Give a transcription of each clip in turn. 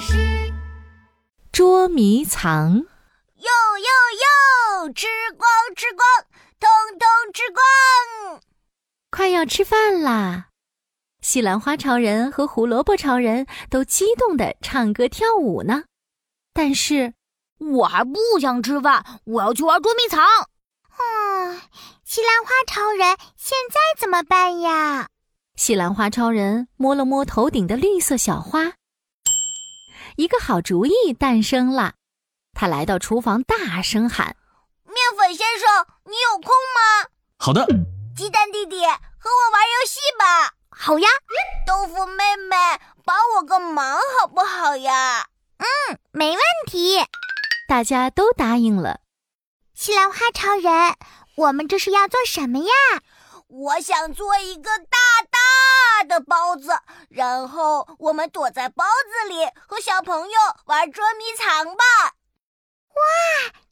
师捉迷藏。哟哟哟，吃光吃光，通通吃光！快要吃饭啦！西兰花超人和胡萝卜超人都激动地唱歌跳舞呢。但是，我还不想吃饭，我要去玩捉迷藏。嗯，西兰花超人现在怎么办呀？西兰花超人摸了摸头顶的绿色小花，一个好主意诞生了。他来到厨房，大声喊面粉先生，你有空吗？好的，鸡蛋弟弟，和我玩游戏吧。好呀，豆腐妹妹，帮我个忙好不好呀？嗯没问题，大家都答应了。西兰花超人，我们这是要做什么呀？我想做一个大大的包子，然后我们躲在包子里和小朋友玩捉迷藏吧。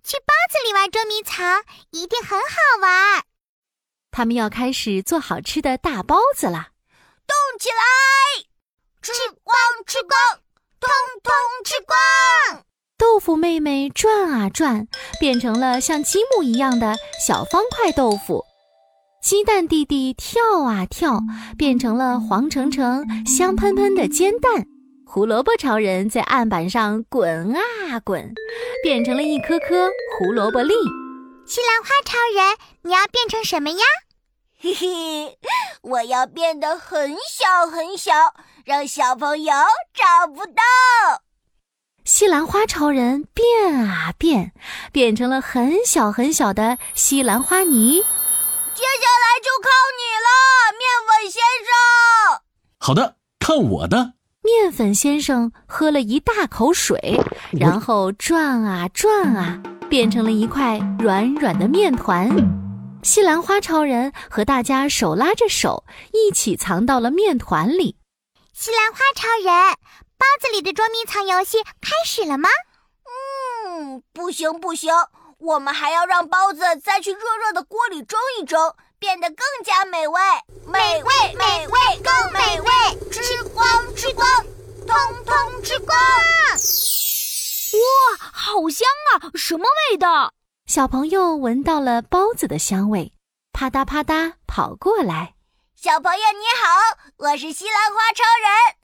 去包子里玩捉迷藏，一定很好玩。他们要开始做好吃的大包子啦！动起来，吃光吃光，通通吃光！豆腐妹妹转啊转，变成了像积木一样的小方块豆腐。鸡蛋弟弟跳啊跳，变成了黄澄澄、香喷喷的煎蛋。胡萝卜超人在案板上滚啊滚，变成了一颗颗胡萝卜粒。西兰花超人，你要变成什么呀？嘿嘿，我要变得很小很小，让小朋友找不到。西兰花超人变啊变，变成了很小很小的西兰花泥。接下来就靠你了，面粉先生。好的，看我的！面粉先生喝了一大口水，然后转啊转啊，变成了一块软软的面团。西兰花超人和大家手拉着手，一起藏到了面团里。西兰花超人，包子里的捉迷藏游戏开始了吗？嗯，不行不行，我们还要让包子再去热热的锅里蒸一蒸，变得更加美味。美味美味更美味，吃光吃光，通通吃光。好香啊，什么味道？小朋友闻到了包子的香味，啪嗒啪嗒跑过来。小朋友你好，我是西兰花超人。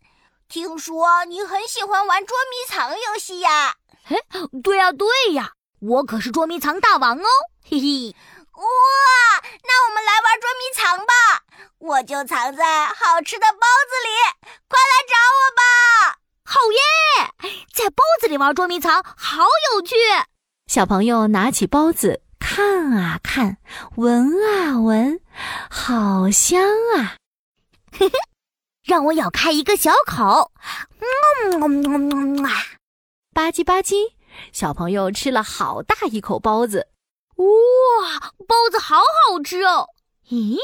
听说你很喜欢玩捉迷藏游戏呀？ 对呀、对呀、我可是捉迷藏大王哦， 嘿嘿。哇，那我们来玩捉迷藏吧！我就藏在好吃的包子里，快来找我吧！好耶，在包子里玩捉迷藏，好有趣！小朋友拿起包子看啊看，闻啊闻，好香啊！让我咬开一个小口，嗯嗯嗯嗯嗯啊！吧唧吧唧，小朋友吃了好大一口包子。哇，包子好好吃哦！咦，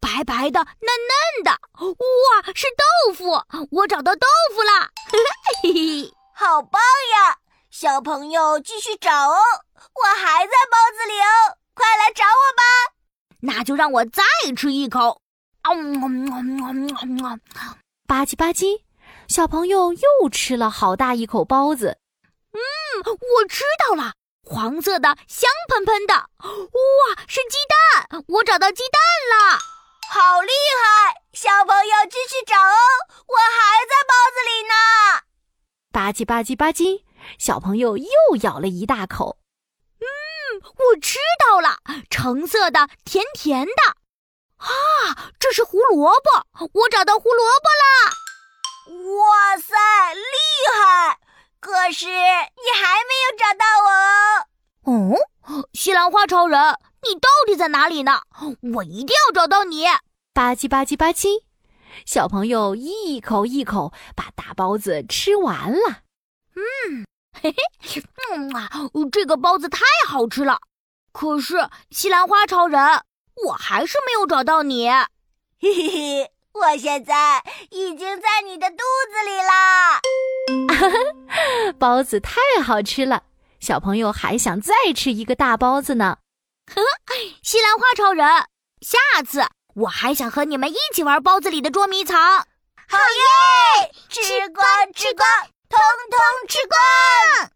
白白的，嫩嫩的，哇，是豆腐！我找到豆腐啦！嘿嘿， 好棒呀！小朋友继续找哦，我还在包子里哦，快来找我吧！那就让我再吃一口。啊嗯嗯嗯嗯嗯嗯吧唧吧唧，小朋友又吃了好大一口包子。我知道了，黄色的，香喷喷的，哇，是鸡蛋！我找到鸡蛋了。好厉害！小朋友继续找哦，我还在包子里呢。吧唧吧唧吧唧，小朋友又咬了一大口。我知道了，橙色的，甜甜的。啊，这是胡萝卜！我找到胡萝卜了。哇塞，厉害！可是你还没有找到我哦。哦，西兰花超人，你到底在哪里呢？我一定要找到你！吧唧吧唧吧唧，小朋友一口一口把大包子吃完了。嗯啊，这个包子太好吃了。可是西兰花超人，我还是没有找到你。嘿嘿嘿，我现在已经在你的肚子里啦。包子太好吃了，小朋友还想再吃一个大包子呢。西兰花超人，下次我还想和你们一起玩包子里的捉迷藏。吃光吃光，通通吃光。